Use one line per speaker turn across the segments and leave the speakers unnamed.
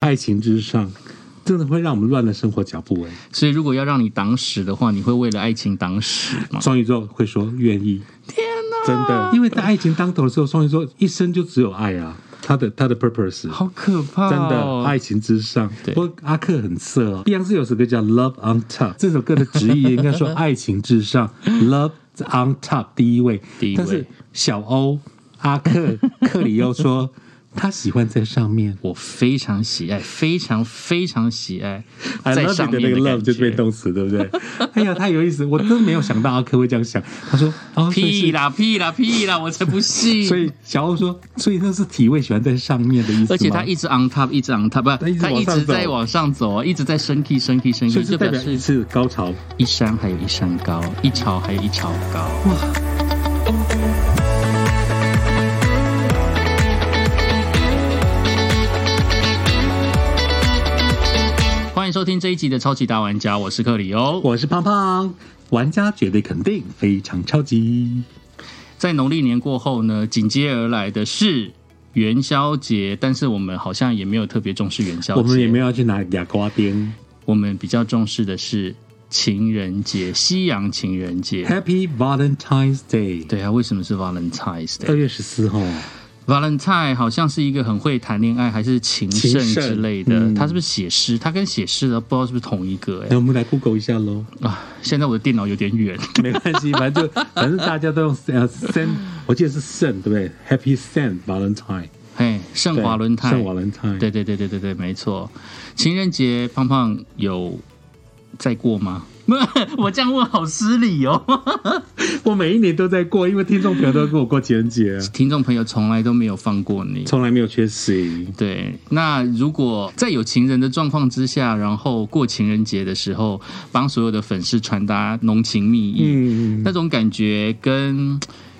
爱情之上，真的会让我们乱了生活脚步哎。
所以如果要让你挡屎的话，你会为了爱情挡屎吗？
双鱼座会说愿意，
天哪，
真的，因为在爱情当头的时候，双鱼座一生就只有爱啊，他的他的 purpose。
好可怕、哦！
真的，爱情之上。
对
不过阿克很色哦。碧昂斯有首歌叫《Love on Top》，这首歌的直译应该 说爱情至上，Love on top 第一位。
第一位
但是小欧阿克克里又说他喜欢在上面。
我非常喜爱，非常非常喜爱
I
在
love
上
you 的
面
那个
感
love 就是
觉。
被动词，对不对？ 哎呀，太有意思，我真没有想到阿克会这样想。他说：“哦，所以是
屁啦屁啦屁啦！我才不信。
所以小欧说，所以那是体位喜欢在上面的意思吗
而且他一直 on top，一直 on top，不
他一
是，
直往上
他一直
走
在往上走，一直在升 key 升 key 升
所
key，
以是
就
代
表
表一
示
次高潮。
一山还有一山高，一潮还有一潮高。欢迎收听这一集的超级大玩家，我是克里欧。
我是胖胖，玩家绝对肯定非常超级。
在农历年过后呢，紧接而来的是元宵节，但是我们好像也没有特别重视元宵节，
我们也没有要去拿啊哑瓜丁。
我们比较重视的是情人节，西洋情人节。
Happy Valentine's Day，
对啊，为什么是 Valentine's
二
Day？Valentine
月十四号。
好像是一个很会谈恋爱，还是情圣
情圣
之类的。
嗯
他是不是写诗？他跟写诗的不知道是不是同一个、
那我们来 Google 一下喽，
哎啊，现在我的电脑有点远。
没关系，反正就反正大家都用呃 San，我记得是 San 对不对？Happy San Valentine，
嘿，圣
对
华轮胎，
圣瓦伦泰，
对对对对对对，没错。情人节，胖胖有在过吗？ 我这样问好失 礼哦。
我每一年都在过，因为听众朋友都跟我过情人节，啊
听众朋友从来都没有放过你。
从来没有缺席。
对，那如果在有情人的状况之下，然后过情人节的时候，帮所有的粉丝传达浓情蜜意，
嗯，
那种感觉跟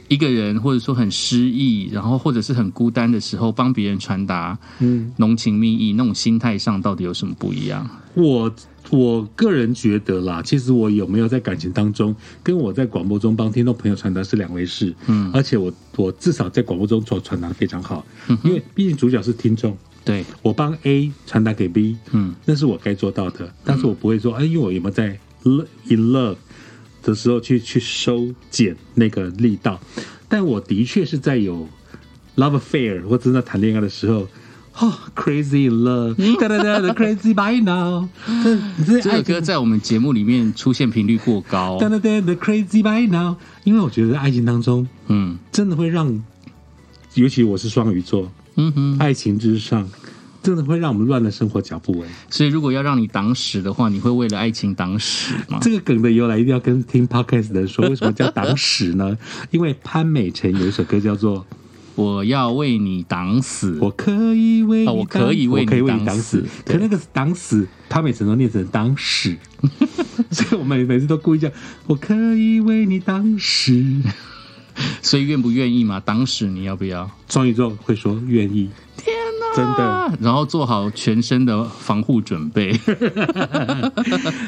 一个人或者说很失意，然后或者是很孤单的时候，帮别人传达
嗯
浓情蜜意，那种心态上到底有什么不一样？
我我个人觉得啦，其实我有没有在感情当中，跟我在广播中帮听众朋友传达是两回事。嗯，而且我我至少在广播中传传达的非常好，因为毕竟主角是听众。
对，
我帮 A 传达给 B，
嗯，
那是我该做到的，但是我不会说，哎，因为我有没有在 lo- in love 的时候去去收减那个力道，但我的确是在有 love affair 或者在谈恋爱的时候。哦、c r a z y in love，哒哒哒哒，crazy by now，这
嗯这
爱
首
情
歌在我们节目里面出现频率过高
哒，哒哒哒，crazy by now，因为我觉得在爱情当中
嗯
真的会让，尤其我是双鱼座，
嗯哼，
爱情之上真的会让我们乱了生活脚步哎、
所以如果要让你挡屎的话，你会为了爱情挡屎吗？
这个梗的由来一定要跟听 podcast 的人 说，为什么叫党史呢？因为潘美辰有一首歌叫做
我要为你挡死
《我可以为你
哦
挡
我可以为
我
你
可以为你
党
党
死
死》，可那个党死，潘美辰都念成党 史，所以我们每次都故意叫我可以为你党史。
所以愿不愿意嘛？挡屎你要不要？
双鱼座会说愿意，
天哪
真的，
啊！然后做好全身的防护准备。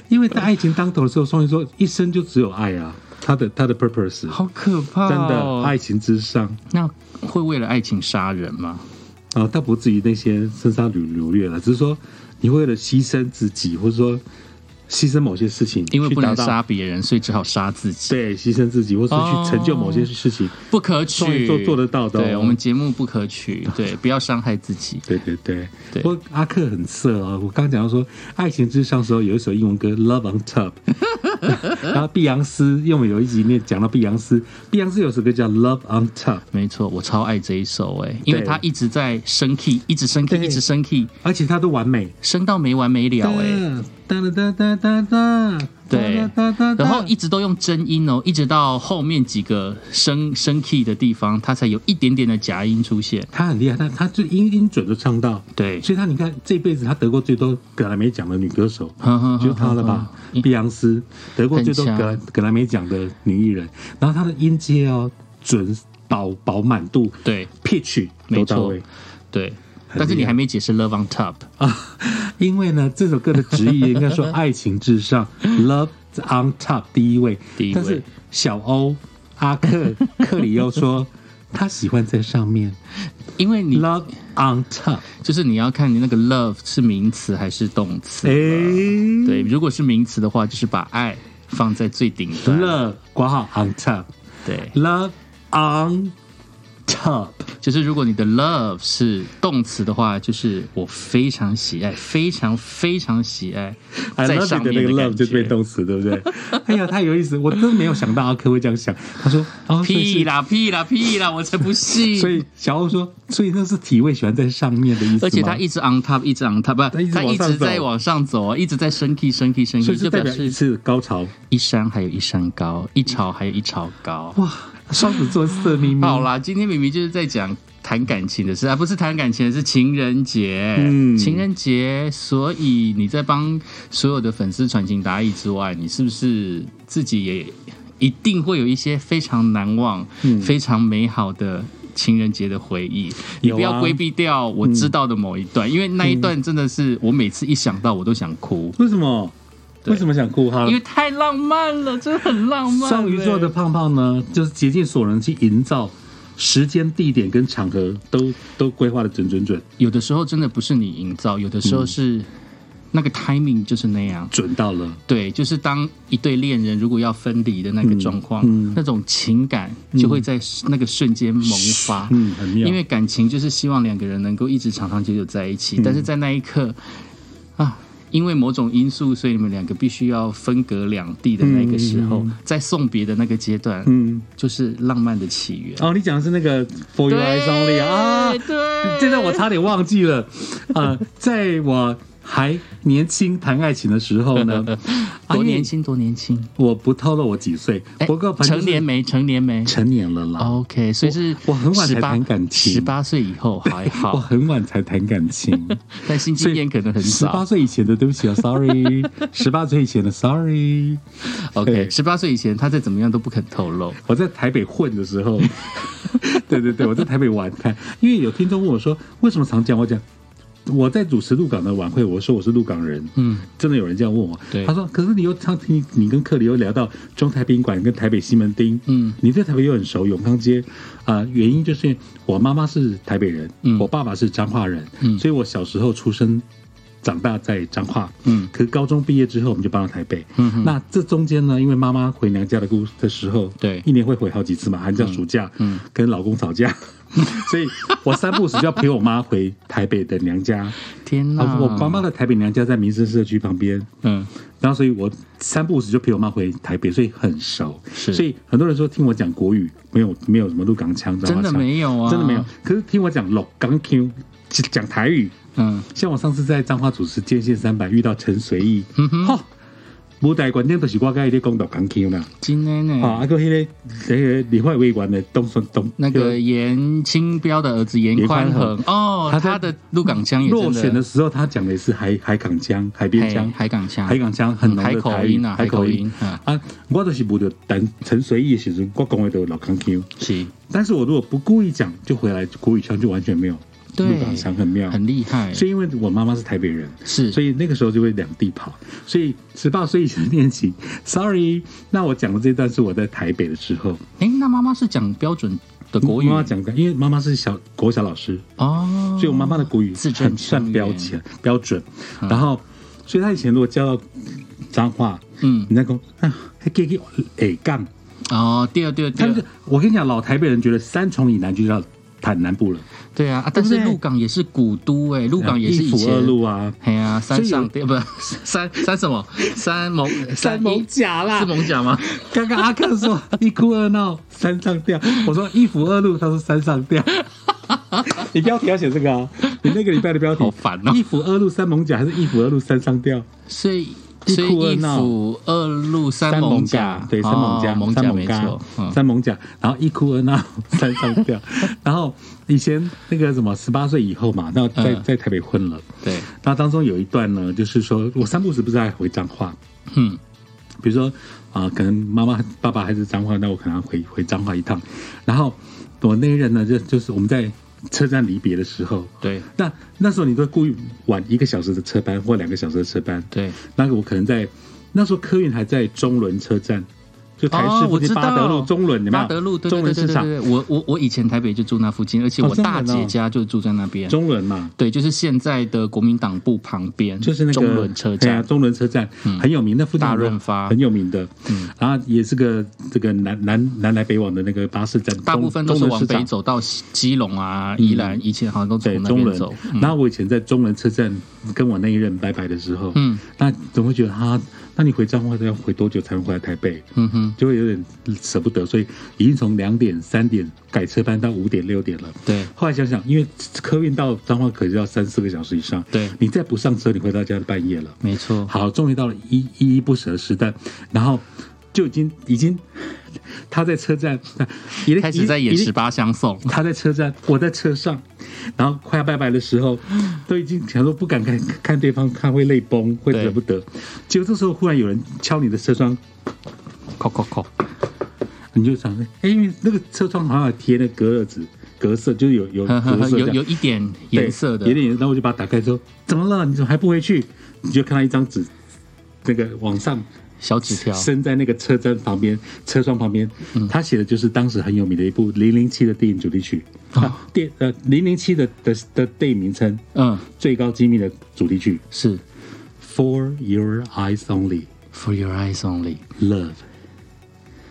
因为在爱情当头的时候，双鱼座一生就只有爱啊，他的他的 purpose，
好可怕、
真
哦！
的爱情之上。
那会为了爱情杀人吗？
啊，倒不至于那些深杀掳掳掠了，只是说你为了牺牲自己，或者说牺牲某些事情，
因为不能
去达到
杀别人，所以只好杀自己。
对，牺牲自己，或是
哦
去成就某些事情。
不可
双
取，
鱼座做得到的哦
对我们节目不可取，对，不要伤害自己。
对对对，
对
不过阿克很色啊、哦！我刚刚讲到说，爱情至上的时候有一首英文歌《Love on Top》，然后碧昂斯，因为我们有一集面讲到碧昂斯，碧昂斯有首歌叫《Love on Top》，
没错，我超爱这一首哎、因为
对
他一直在升 key，一直升 key，
对
一直升 key，
而且它都完美。
升到没完没了哎、
哒哒哒哒哒哒，
对
嗯哒哒哒，哒
然后一直都用真音哦，一直到后面几个升升 key 的地方，它才有一点点的假音出现。
他很厉害，他他就音音准就唱到，
对，
所以他你看这辈子他得过最多格莱美奖的女歌手，
嗯
就是她了吧？碧昂斯得过最多
很
格
强
格莱美奖的女艺人，然后她的音阶哦准饱饱满度
对
，pitch
没
都
错
到位
对，但是你还没解释 love on top。
啊。因为呢，这首歌的直译应该 说爱情至上，love on top 第一位，
第一位
但是小欧阿克克里又说他喜欢在上面
因为你
love on top。
就是你要看你那个 love 是名词还是动词。
哎、
对，如果是名词的话，就是把爱放在最顶端。
，love 挂号 on top，love
对，
on top。
就是如果你的 love 是动词的话，就是我非常喜爱，非常非常喜爱
I
在
love
上
it 的
面
那个
的
love
感
就变
觉。
动词，对不 对？哎呀，太有意思，我真没有想到阿珂会这样想。他说：“哦，所以是
屁啦屁啦屁啦，我才不信！
所以小欧说，所以那是体位喜欢在上面的意思吗，
而且他一直 on top，一直 on top，不
他一直
他
往
一
上
直在
走
往上走啊，一直在升 key 升 key 升
所
key，
以是
就
代
表
表一
示
次高潮。
一山还有一山高，一潮还有一潮高。
哇，双子座色眯眯，
好啦，今天明明就是在讲谈感情的事啊，不是谈感情的是情人节。
嗯
情人节，所以你在帮所有的粉丝传情达意之外，你是不是自己也一定会有一些非常难忘、
嗯
非常美好的？情人节的回忆，你
有啊
不要规避掉我知道的某一段，因为那一段真的是我每次一想到我都想哭，
为什么？
对
为什么想哭哈
因？为太浪漫了，真的很浪漫、
双鱼座的
欸
胖胖呢，就是竭尽所能去营造时间、地点跟场合都都规划的准准准，
有的时候真的不是你营造，有的时
嗯
候是那个 timing 就是那样。
准到了。
对，就是当一对恋人如果要分离的那
嗯
个状况，那种情感就会在那个瞬间萌发。
嗯，很妙。
因为感情就是希望两个人能够一直长长久久在一起，
嗯
但是在那一刻啊，因为某种因素，所以你们两个必须要分隔两地的那个时候，在送别的那个阶段，
嗯，
就是浪漫的起源。
哦，你讲的是那个 For Your Eyes Only 啊，
对，
这段我差点忘记了。呃，在我还年轻谈爱情的时候呢， 啊
多年，轻，多年轻。
因为我不透露我几岁
哎，
不过反正
成
就是
年哦没？成年没
成年了啦。
？OK，所以是
我很晚才谈感情
十八岁以后还
我
好，
很晚才谈感情，
但性经验可能很
十八
少。
岁以前的，对不起啊，sorry，十 八岁以前的，sorry。
OK，十八岁以前他再怎么样都不肯透露。
我在台北混的时 候，对对对，我在台北玩看，因为有听众问我说，为什么常讲我讲？我在主持鹿港的晚会，我说我是鹿港人，
嗯，
真的有人这样问我，
对
他说，可是你又常听你跟克里又聊到中台宾馆跟台北西门町，
嗯，
你对台北又很熟，永康街，啊、原因就是我妈妈是台北人，
嗯
我爸爸是彰化人，
嗯
所以我小时候出生。长大在彰化，
嗯
可是高中毕业之后我们就搬到台北，
嗯哼
那这中间呢，因为妈妈回娘家的故的时候，
对
一年会回好几次嘛，寒假、暑假，
嗯
跟老公吵 架，所以我三不时就要陪我妈回台北的娘家。
天哪！
啊，我妈妈的台北娘家在民生社区旁边，
嗯，
然后所以我三不五时就陪我妈回台北，所以很熟。
是
所以很多人说听我讲国语，没有没有什么鹿港腔，彰
真
化
的
腔
没有啊，
真的没有。。可是听我讲鹿港腔，讲台语，
嗯，
像我上次在彰化主持《建县三百》遇到陈随意，嗯
哼
吼，舞台观点就是我甲伊咧讲鹿港腔啦。
今天
啊，
呢，
啊个迄个迄个立法委员的东孙东
嗯那个严清标的儿子严宽
严
恒哦，
他在
他的鹿港腔也
落
真
选的
的
时候，他讲的是海海港腔、海边
海
腔、
海港腔，
海港腔很浓
海
的
口
台
音
语
啊，
海口音
音。啊，
啊，我都是不着等陈随意的时阵，我讲的都老港腔，
是，
但是我如果不故意讲，就回来国语腔就完全没有
对
鹿港腔很妙。
很厉害，
所以因为我妈妈是台北人，
是，
所以那个时候就会两地跑。所以十八岁以前练习，sorry，那我讲的这段是我在台北的时候，
哎，那妈妈是讲标准的国语
妈妈讲的，因为妈妈是小国小老师，
哦，
所以我妈妈的国语
字正
很
腔
算标
圆
签标准。然后，所以她以前如果教到脏话，
嗯
人家讲啊，还给给哎杠，
哦，对啊，对啊，
他
对
们就
啊，
我跟你讲，老台北人觉得三重以南就叫坦南部了，
对啊，啊但是
对不对
鹿港也是古都哎，鹿港也是
一
以
府
前
二，路啊，
哎呀，山上
所
对不 山山什么 山蒙
三
一
艋甲
是
啦。
蒙甲吗？
刚刚阿克说一哭二闹三上吊，我说一府二路，他说三上 吊。你标题要写这个啊？你那个礼拜的标题
好烦哦
一府二路三猛甲还是一府二路三上吊？
所以
一
所以
哭二
一
闹
府二路三
三
蒙
猛
甲
甲，，对，三猛甲，
哦蒙
三
甲
猛
没错，嗯
甲，三猛甲，然后一哭二闹三上吊，然后以前那个什么十八岁以后嘛，那在
嗯
在台北混了，
对，
那当中有一段呢，就是说我三不时不是还回彰化，
嗯
比如说啊、可能妈妈爸爸还是彰化，那我可能要回回彰化一趟，然后我那一任呢，就就是我们在车站离别的时候，
对
那那时候你都故意晚一个小时的车班或两个小时的车班，
对，
那个我可能在那时候客运还在中仑车站，就台
哦
市附
我
近
知
巴德
道
路中仑，你们
巴德路，对
中
对
仑
对对
市
对
场
对，我我我以前台北就住那附近，而且我
哦真的
大姐
哦
家就住在那边。
中仑嘛，
对，就是现在的国民党部旁边，
就是那个
中仑车
对啊
站。嗯
中仑车站很有名，那附近
大
很多
润发嗯
很有名的，然后也是个这个南南南来北往的那个巴士站，
大
中
部分都是
中仑
往
市场
北走到西基隆啊、宜兰，以前好像都
对
从那
中
边
仑
走。，嗯
然后我以前在中仑车站跟我那一任拜拜的时候，
嗯，
那总会觉得哈，那你回彰化要回多久才能回来台北？
嗯哼，
就会有点舍不得，所以已经从两点、三点改车班到五点、六点了。
对
后来想想，因为客运到彰化可是要三四个小时以上，
对
你再不上车，你回到家就半夜了。
没错。
好，终于到了依依依不舍的时代，然后就已经已经他在车站，已经
开始在演
已经
十八相送，
他在车站，我在车上，然后快要拜拜的时候，都已经想说不敢看看对方，看会泪崩，会
对
舍不得。结果这时候忽然有人敲你的车窗，
扣扣扣，
你就想说，哎、因为那个车窗好像还贴那隔热纸，隔色就是有有隔色这
有
样
有一点
对
颜色的
有，点颜色。然后我就把它打开之后，怎么了？你怎么还不回去？你就看到一张纸，那个往上
小纸条，
伸在那个车站旁边，车窗旁边，他写的就是当时很有名的一部《零零七》的电影主题曲，
哦
啊，电呃《零零七》的的的电影名称《
嗯，
最高机密》的主题曲
是
《For Your Eyes Only
For Your Eyes Only。
Love》，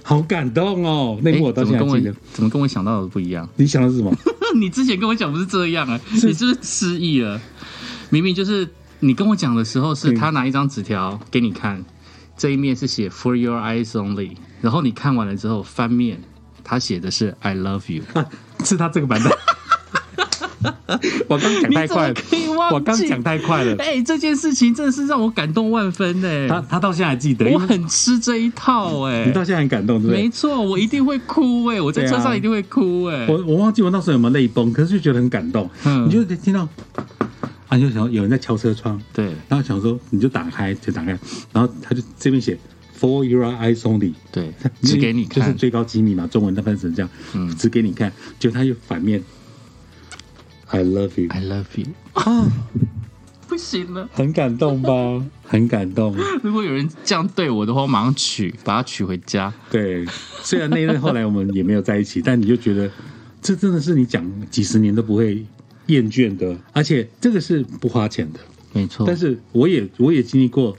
好感动哦！那
哎
幕我到
怎
现在
么跟
还记得
我。怎么跟我想到的不一样？
你想的是什么？
你之前跟我讲不是这样啊，你是不是失忆了？明明就是你跟我讲的时候，是
嗯
他拿一张纸条给你看，这一面是写 For Your Eyes Only，然后你看完了之后翻面，他写的是 I Love You。
啊 是他这个 版本。我刚讲太快了
你怎么可以忘，记
我刚讲太快了。
哎、这件事情真的是让我感动万分呢、
他他到现在还记得，
我
因为
很吃这一套哎、
你到现在很感动，对不对
没？错，我一定会哭哎、我在
对啊
车上一定会哭哎、
我我忘记我那时候有没有泪崩，可是就觉得很感动。
嗯
你就听到啊，你就想有人在敲车窗，
对
然后想说你就打开就打开，然后他就这边写 For your eyes only，
对，只给你
就是
看，
最高机密嘛，中文它翻成这样，
嗯
只给你看，结果他又反面，I love you，
I love you。
啊，
不行了，
很感动吧？ 很感动，
如果有人这样对我的话，我马上娶，把他娶回家。
对。虽然那一任后来我们也没有在一起，但你就觉得这真的是你讲几十年都不会厌倦的，而且这个是不花钱的。
没错，
但是我也我也经历过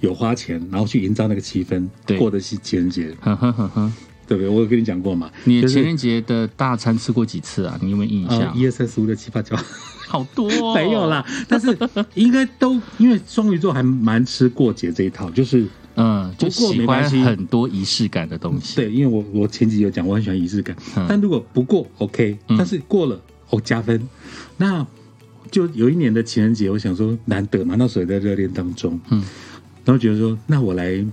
有花钱，然后去营造那个气氛，
对
过的是情人节，
呵呵呵呵，
对不对？我有跟你讲过嘛，就
你的
是
情人节的大餐吃过几次啊？你有没有印
呃
象？
一二三四五六七八 九
好多、哦，
没有。啦，但是应该都因为双鱼座还蛮吃过节这一套，就是
嗯，就
不过
喜
没
欢
关系
很多仪式感的东西。
对，因为我我前集有讲我很喜欢仪式感，
嗯
但如果不过 OK，
嗯
但是过了哦加分，那就有一年的情人节，我想说难得嘛，那时候也在热恋当中，
嗯，
然后觉得说那我来嘖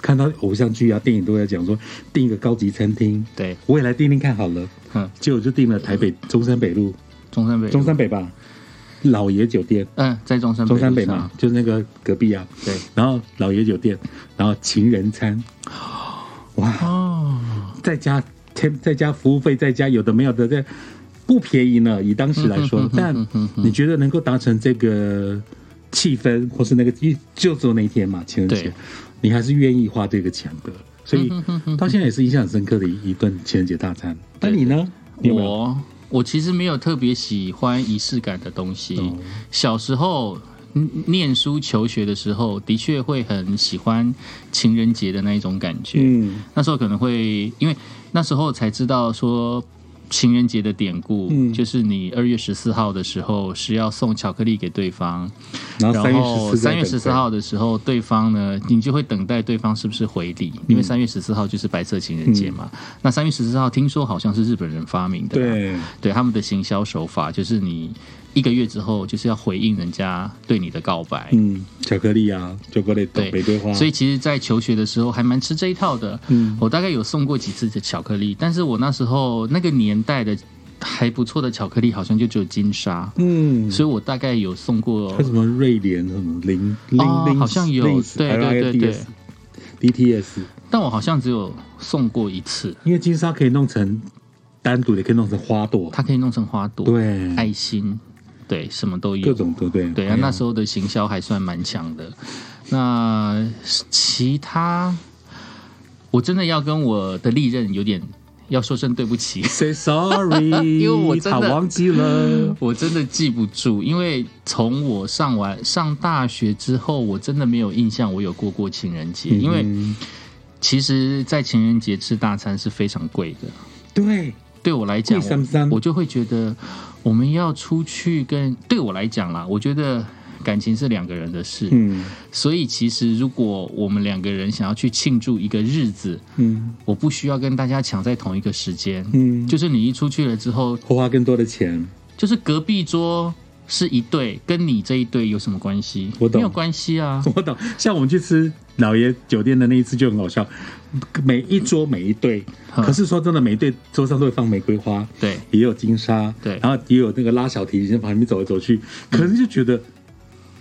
看到偶像剧啊电影都在讲说订一个高级餐厅，
对，
我也来订订看好了，
嗯，
结果就订了台北中山北路
中山北路，
中山北吧老爷酒店，
嗯，在中山
中山北
路上
嘛，，就是那个隔壁啊，
对，
然后老爷酒店，然后情人餐，哇。
哦，
再加添再加服务费，再加有的没有的，再不便宜呢。以当时来
嗯
说，但你觉得能够达成这个气氛，或是那个一就只有那一天嘛，情人节
对，嗯
你还是愿意花这个钱的。所以到现在也是印象很深刻的一一顿情人节大餐。那你呢？你有没有
我我其实没有特别喜欢仪式感的东西。
哦
小时候嗯念书求学的时候，的确会很喜欢情人节的那一种感觉。
嗯
那时候可能会因为那时候才知道说。情人节的典故、
嗯
就是你二月十四号的时候是要送巧克力给对方，
然后
然
三月十
后
四，
三月十四，号的时候，对方呢，你就会等待对方是不是回礼，
嗯
因为三月十四号就是白色情人节嘛。那三月十四号听说好像是日本人发明的啦，
对，
对他们的行销手法就是你一个月之后就是要回应人家对你的告白。
嗯，巧克力啊，巧克力，
对
玫瑰花，
所以其实，在求学的时候还蛮吃这一套的。
嗯
我大概有送过几次的巧克力，但是我那时候那个年代的还不错的巧克力，好像就只有金沙，
嗯，
所以我大概有送过
还有什么瑞典什么零零
哦
零，
好像有
Links，
对
还有
对对
IDS DTS，
但我好像只有送过一次，
因为金沙可以弄成单独的，也可以弄成花朵，
它可以弄成花朵，，
对，
爱心，对，什么都有，
各种都对。
对啊，那时候的行销还算蛮强的。那其他我真的要跟我的历任有点要说声对不起，
Say sorry，
为我真
他
的
忘记 了。
我真的记不住，因为从我上完上大学之后，我真的没有印象我有过过情人节，因为
嗯
其实，在情人节吃大餐是非常贵的。
对，
对我来讲
贵三三，
我就会觉得我们要出去跟对我来讲啦，我觉得感情是两个人的事，
嗯
所以其实如果我们两个人想要去庆祝一个日子，
嗯
我不需要跟大家抢在同一个时间，
嗯，
就是你一出去了之后，
花更多的钱，
就是隔壁桌是一对，跟你这一对有什么关系？
我懂
没有关系啊。
我懂。像我们去吃老爷酒店的那一次就很好笑，每一桌每一对，
嗯
可是说真的，每一对桌上都会放玫瑰花，
对，
也有金沙，
对嗯
然后也有那个拉小提琴在旁边走来走去，可能就觉得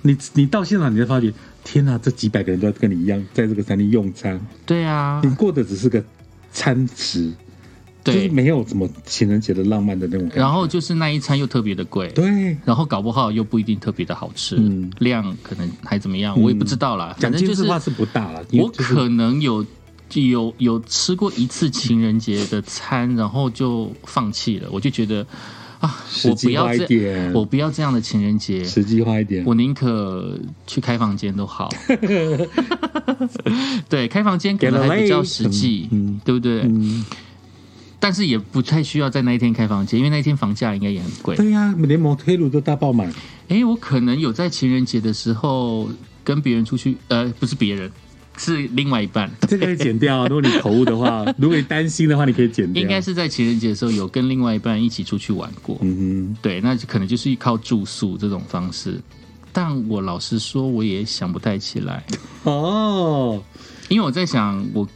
你你到现场，你才发觉，天哪、这几百个人都跟你一样在这个餐厅用餐，
对啊
你，过的只是个餐食，就是
对。
没有什么情人节的浪漫的那种感觉。
然后就是那一餐又特别的贵，
对，
然后搞不好又不一定特别的好吃，
嗯
量可能还怎么样，我也不知道啦。
讲
反正
心
就
事
是
话是不大了，因为
我
就是
可能有有有吃过一次情人节的餐，然后就放弃了，我就觉得啊，
实
我不
际
要
化一
这，
点，
我不要这样的情人节，
实际化一点。
我宁可去开房间都好。对，开房间可能还比较实际，
嗯嗯
对不对？
嗯，
但是也不太需要在那一天开房间，因为那一天房价应该也很贵。
对呀、连摩推炉都大爆 满，
诶，我可能有在情人节的时候跟别人出去，呃，不是别人，是另外一半，
这个可以剪掉啊。如果你口误的 话，如果你担心的话，你可以剪掉。
应该，是在情人节的时候有跟另外一半一起出去玩过。
嗯
对，那就可能就是靠住宿这种方式。但我老实说，我也想不太起 来，
哼，哦，
因为我在想，我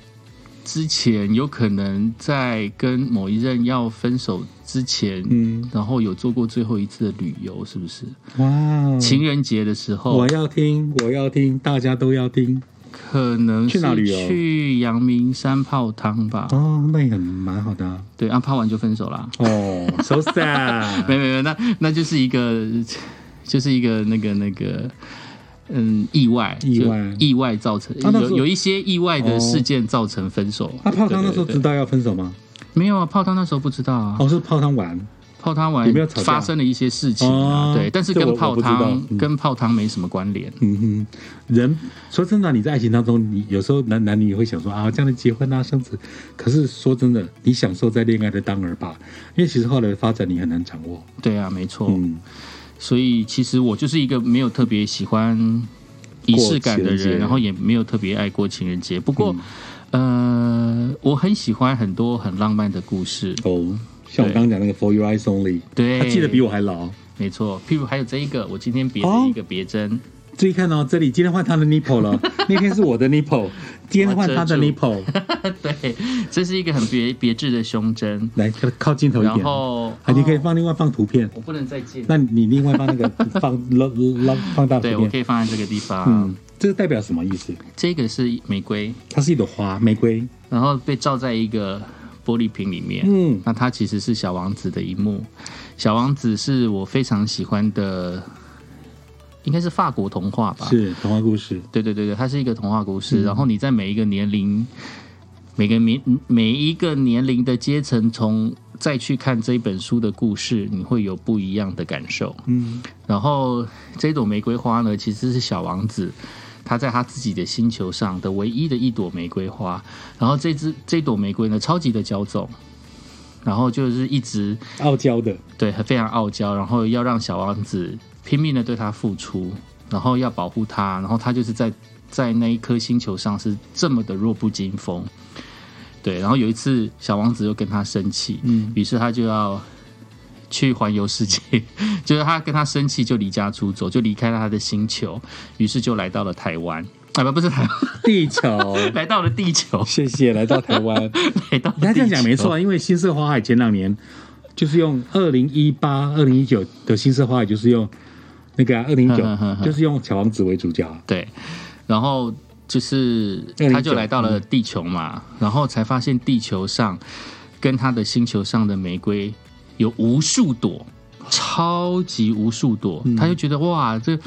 之前有可能在跟某一任要分手之前，
嗯，
然后有做过最后一次的旅游，是不是？
哇，
情人节的时候，
我要听，我要听，大家都要听
可能
去哪旅游
是去阳明山泡汤吧。
哦，那也很蛮好的啊、
对，啊，泡完就分手啦。
哦，so sad，
没没没，那那就是一个，就是一个那个那个，嗯，意外，
意
就
外
意外造成、
啊那时候
有有一些意外的事件造成分手。
那泡汤那时候
对对
知
对
道要分手吗？
没有啊，泡汤那时候不知道啊，
哦，是泡汤玩，
泡汤完
有没有吵架
发生了一些事情啊，
哦
对，但是
这
跟
我我
泡
不知道
汤、
嗯
跟泡汤没什么关联。
嗯哼，人说真的啊，你在爱情当中，你有时候男男女也会想说啊，这样的结婚啊，生子。可是说真的，你享受在恋爱的当儿吧，因为其实后来的发展你很难掌握。
对啊，没错。
嗯，
所以其实我就是一个没有特别喜欢仪式感的
过情人
人，
节
然后也没有特别爱过情人节。不过，呃，我很喜欢很多很浪漫的故事。
嗯哦，像我
对
刚刚讲那个 For Your Eyes Only，
对，
他记得比我还牢。
没错。譬如还有这一个，我今天别了
哦
一个别针，
注意看哦，这里今天换他的 nipple 了，那天是我的 nipple，今天换他的
我遮
nipple，
对，这是一个很别别致的胸针。
来靠镜头一
然
点。
后，
啊，你可以
哦
放另外放图片，
我不能再见。
那你另外放那 个放 love love 放大图
对，我
片
可。以放在这个地方。
嗯，这个代表什么意思？
这个是玫瑰，
它是一朵花，玫瑰。
然后被罩在一个玻璃瓶里面。
嗯
那它其实是《小王子》的一幕，《小王子》是我非常喜欢的，应该是法国童话吧？，
是童话故事。
对对对对，它是一个童话故事。然后你在每一个年龄、每个年、每一个年龄的阶层，从再去看这一本书的故事，你会有不一样的感受。
嗯
然后这朵玫瑰花呢，其实是小王子他在他自己的星球上的唯一的一朵玫瑰花。然后这只这朵玫瑰呢，超级的骄纵，然后就是一直，
傲娇的，
对非常傲娇，然后要让小王子拼命的对他付出，然后要保护他，然后他就是在在那一颗星球上是这么的弱不禁风。对，然后有一次小王子又跟他生气，
嗯，
于是他就要去环游世界， 就是他跟他生气就离家出走，就离开了他的星球，于是就来到了台湾啊，不不是台湾，
地球。
来到了地球，
谢谢来到台湾，
来到了
他这样
地
讲
球
没错，啊，因为新色花海前两年就是用二零一八、二零一九的新色花海，就是用那个啊二 零一
哼哼
九，
哼
就是用小王子为主角啊。
对，然后就是
2019
他就来到
嗯
了地球嘛，然后才发现地球上跟他的星球上的玫瑰有无数朵，
嗯
超级无数朵，他就觉得哇，这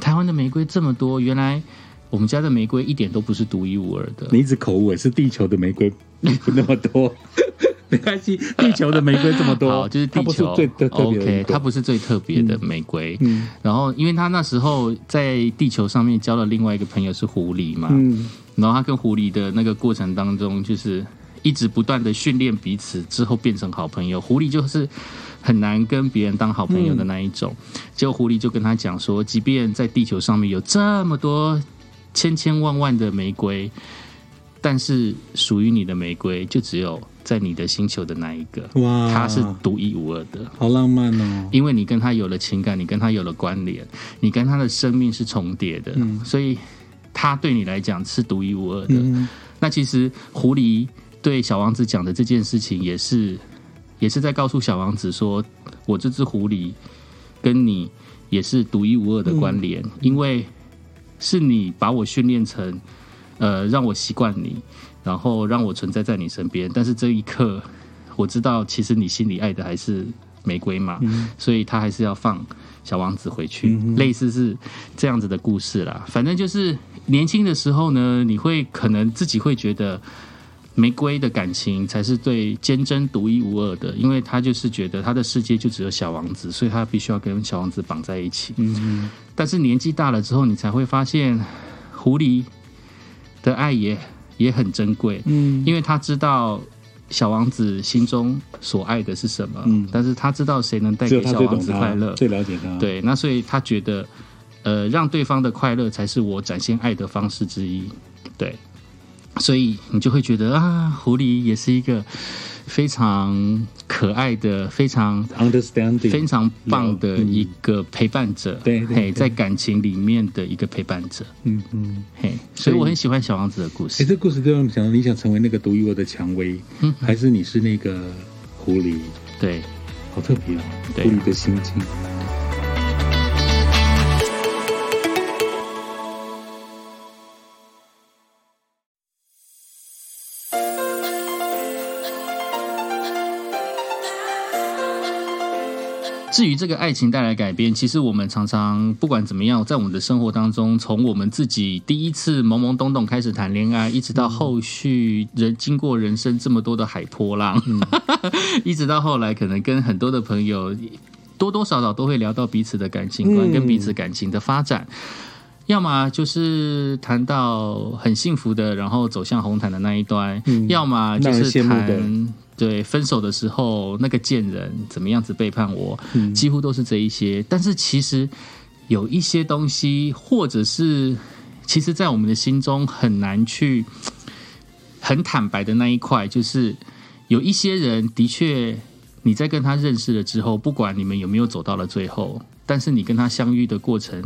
台湾的玫瑰这么多，原来。我们家的玫瑰一点都不是独一无二的。
你一直口误，是地球的玫瑰 不那么多， 没关系，地球的玫瑰这么多
好，，就是地
它不是
球
最特特别的一
OK，
朵
它不是最特别的玫瑰。
嗯
然后，因为他那时候在地球上面交了另外一个朋友是狐狸嘛，
嗯
然后他跟狐狸的那个过程当中，就是一直不断的训练彼此，之后变成好朋友。狐狸就是很难跟别人当好朋友的那一种。结果狐狸就跟他讲说，即便在地球上面有这么多千千万万的玫瑰，但是属于你的玫瑰就只有在你的星球的那一个，
哇，
它是独一无二的。
好浪漫哦，
因为你跟他有了情感，你跟他有了关联，你跟他的生命是重叠的，所以他对你来讲是独一无二的。
嗯
那其实狐狸对小王子讲的这件事情，也是也是在告诉小王子说，我这只狐狸跟你也是独一无二的关联，因为是你把我训练成，呃，让我习惯你，然后让我存在在你身边。但是这一刻，我知道其实你心里爱的还是玫瑰嘛，所以他还是要放小王子回去，类似是这样子的故事啦。反正就是年轻的时候呢，你会可能自己会觉得。玫瑰的感情才是最坚贞独一无二的，因为他就是觉得他的世界就只有小王子，所以他必须要跟小王子绑在一起。
嗯嗯
但是年纪大了之后，你才会发现，狐狸的爱也也很珍贵，
嗯，
因为他知道小王子心中所爱的是什么，
嗯
但是他知道谁能带
只有
给
他
小
最
王
懂
子快乐
他，，最了解他，，
对，那所以他觉得，呃，让对方的快乐才是我展现爱的方式之一。对，所以你就会觉得啊，狐狸也是一个非常可爱的、非常
understanding
非常棒的一个陪伴者。
对对对
嘿，在感情里面的一个陪伴者。
嗯嗯，
嘿，所以
所以
我很喜欢小王子的故
哎、
事。
这故事就让我们想到，你想成为那个独一无二的蔷薇，
嗯
还是你是那个狐狸？
对，
好特别啊，狐
对啊
狸的心境。
至于这个爱情带来改变，其实我们常常不管怎么样，在我们的生活当中，从我们自己第一次懵懵懂懂开始谈恋爱，一直到后续人经过人生这么多的海波浪， 一直到后来可能跟很多的朋友多多少少都会聊到彼此的感情观、
嗯
跟彼此感情的发展。要么就是谈到很幸福的，然后走向红毯的那一端；
嗯
要么就
让人
是
羡慕的
谈对分手的时候那个贱人怎么样子背叛我，
嗯
几乎都是这一些。但是其实有一些东西，或者是其实，在我们的心中很难去很坦白的那一块，就是有一些人的确，你在跟他认识了之后，不管你们有没有走到了最后，但是你跟他相遇的过程，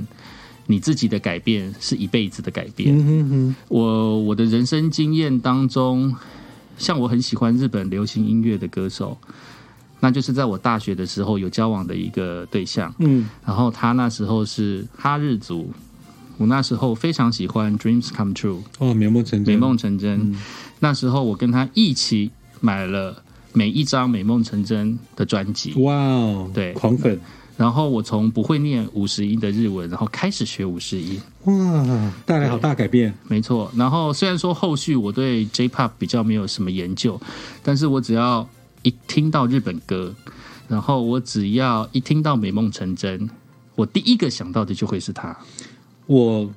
你自己的改变是一辈子的改变。
嗯哼哼，
我我的人生经验当中，像我很喜欢日本流行音乐的歌手，那就是在我大学的时候有交往的一个对象，
嗯
然后他那时候是哈日族，我那时候非常喜欢《Dreams Come True》
哇，哦美梦成真，
美梦成真，
嗯
那时候我跟他一起买了每一张《美梦成真》的专辑，
哇哦，
对
狂粉，
然后我从不会念五十音的日文，然后开始学五十音。
哇，带来好大改变，
没错。然后虽然说后续我对 J-pop 比较没有什么研究，但是我只要一听到日本歌，然后我只要一听到《美梦成真》，我第一个想到的就会是他。
我。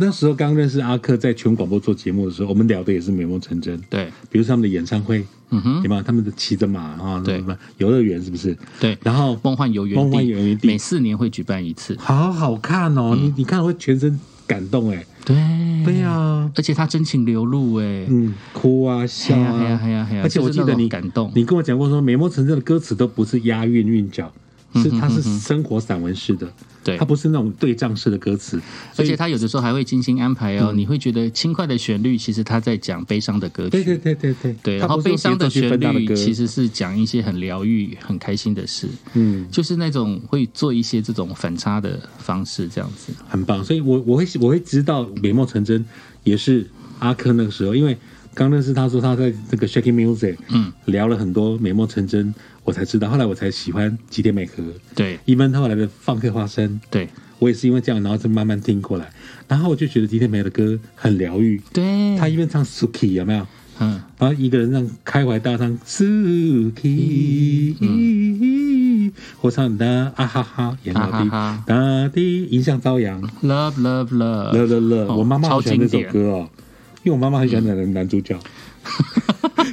那时候刚认识阿克，在全广播做节目的时候，我们聊的也是美梦成真，
对，
比如说他们的演唱会，
嗯哼，
对吧？他们的骑着马啊，
对
什么游乐园是不是？
对，
然后
梦幻游园地，
梦幻游园地
每四年会举办一次。
好好看哦，你你看会全身感动哎，
嗯对，啊
对呀，
而且他真情流露哎、
嗯，哭啊笑
嘿呀嘿呀
啊
嘿，呀嘿呀！
而且我
就是
记
那
得
种
你
感动，
你跟我讲过说，美梦成真的歌词都不是押韵韵脚，
嗯
是它是生活散文式的，
对
它，不是那种对仗式的歌词，
而
所以
且他有的时候还会精心安排哦，你会觉得轻快的旋律，其实他在讲悲伤的歌曲。
对对对对对，
对，
它
然后
不是
悲
用
伤
节奏
的
去
旋
分它的歌，
律其实是讲一些很疗愈、很开心的事，
嗯
就是那种会做一些这种反差的方式，这样子。
很棒，所以我我会我会知道美梦成真也是阿珂那个时候，因为。刚认识他说他在这个 Shaking Music，
嗯，
聊了很多美梦成真，我才知道，后来我才喜欢吉田美和，
对
一般他后来的放克花生，
对，
我也是因为这样，然后就慢慢听过来，然后我就觉得迪天梅的歌很疗愈。
对，
他一边唱 Suki 有没有？
嗯，
然后一个人让开怀大唱 Suki，、或唱哒啊哈哈，演老弟
嗯啊哈哈
哒滴，迎向朝阳，
Love Love Love，
乐乐乐。
哦
我妈妈好喜欢那首
超经典
歌哦，因为我妈妈很喜欢男男主 角，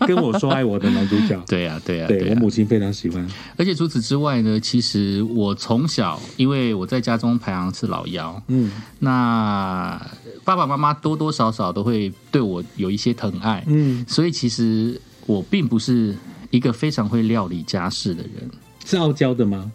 跟我说爱我的男主角，
对呀、 对啊呀、
对
呀、
我母亲非常喜欢。
而且除此之外呢，其实我从小，因为我在家中排行是老幺，
嗯
那爸爸妈妈多多少少都会对我有一些疼爱，
嗯，
所以其实我并不是一个非常会料理家事的人。
是傲娇的 吗？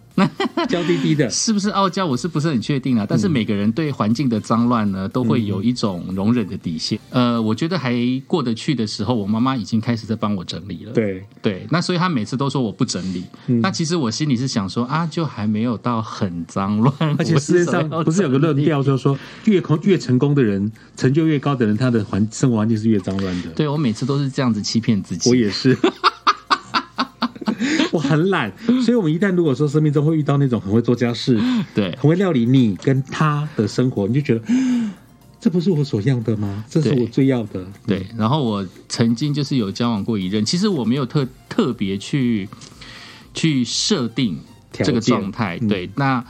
娇滴滴的，
是不是傲娇，我是不是很确定啊？但是每个人对环境的脏乱呢，都会有一种容忍的底线。呃，我觉得还过得去的时候，我妈妈已经开始在帮我整理了。
对，嗯
对，那所以她每次都说我不整理，那其实我心里是想说啊，就还没有到很脏乱。
而且世界上不是有个论
调？
调，就是说越空越成功的人，成就越高的人，他的环生活环境是越脏乱的。
对我每次都是这样子欺骗自己。
我也是， 我很懒，所以我们一旦如果说生命中会遇到那种很会做家事、
对
很会料理你跟他的生活，你就觉得嗯这不是我所要的吗？这是
对
我最要的。
对，然后我曾经就是有交往过一任，其实我没有特特别去去设定
条件嗯
这个状态。对，那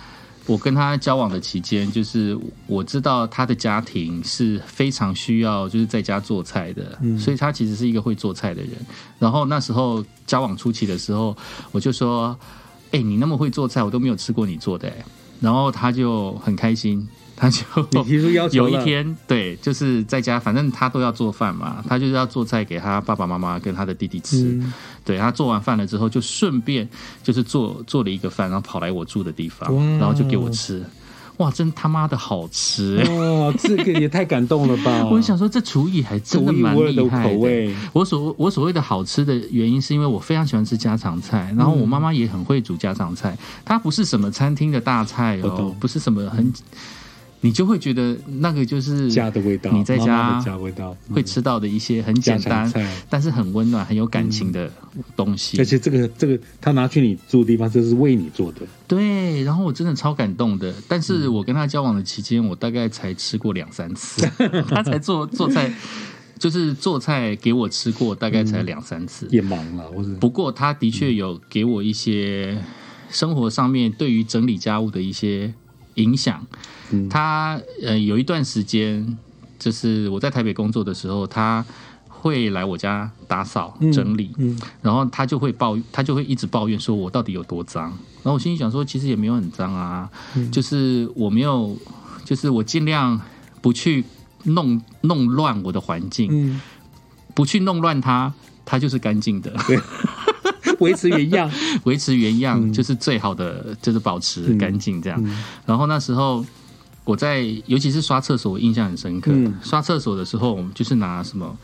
我跟他交往的期间，就是我知道他的家庭是非常需要就是在家做菜的，
嗯
所以他其实是一个会做菜的人。然后那时候交往初期的时候，我就说：“哎、你那么会做菜，我都没有吃过你做的、欸。”然后他就很开心，他就
你提出要求
哦有
了，
一天，对，就是在家，反正他都要做饭嘛，他就是要做菜给他爸爸妈妈跟他的弟弟吃。
嗯
对他做完饭了之后，就顺便就是做做了一个饭，然后跑来我住的地方
哇，
然后就给我吃。哇，真他妈的好吃、欸！
哇，哦这个也太感动了吧！
我就想说，这厨艺还真的
独一
蛮
无二
厉
的
害
口味。
我所我所谓的好吃的原因，是因为我非常喜欢吃家常菜，然后
嗯
我妈妈也很会煮家常菜，它不是什么餐厅的大菜
我
哦
懂，嗯
不是什么很，你就会觉得那个就是
家的味道，
你在家
妈妈的家味道，嗯
会吃到的一些很
家
简
常
单，
菜。嗯
但是很温暖、很有感情的东西。
而且这个这个，他拿去你住的地方，这是为你做的。
对，然后我真的超感动的。但是
嗯
我跟他交往的期间，我大概才吃过两三 次，他才做做菜，就是做菜给我吃过，大概
嗯
才两三次。
也忙了，我是
不过他的确有给我一些生活上面对于整理家务的一些影响。
嗯
他呃有一段时间，就是我在台北工作的时候，他会来我家打扫整理，
嗯，
然后他就会抱，他就会一直抱怨说我到底有多脏。然后我心里想说，其实也没有很脏啊，
嗯
就是我没有，就是我尽量不去弄弄乱我的环境，
嗯，
不去弄乱它，它就是干净的。
维持原样，
维持原样就是最好的，就是保持干净这样。然后那时候我在，尤其是刷厕所，我印象很深刻。
嗯
刷厕所的时候，我们就是拿什么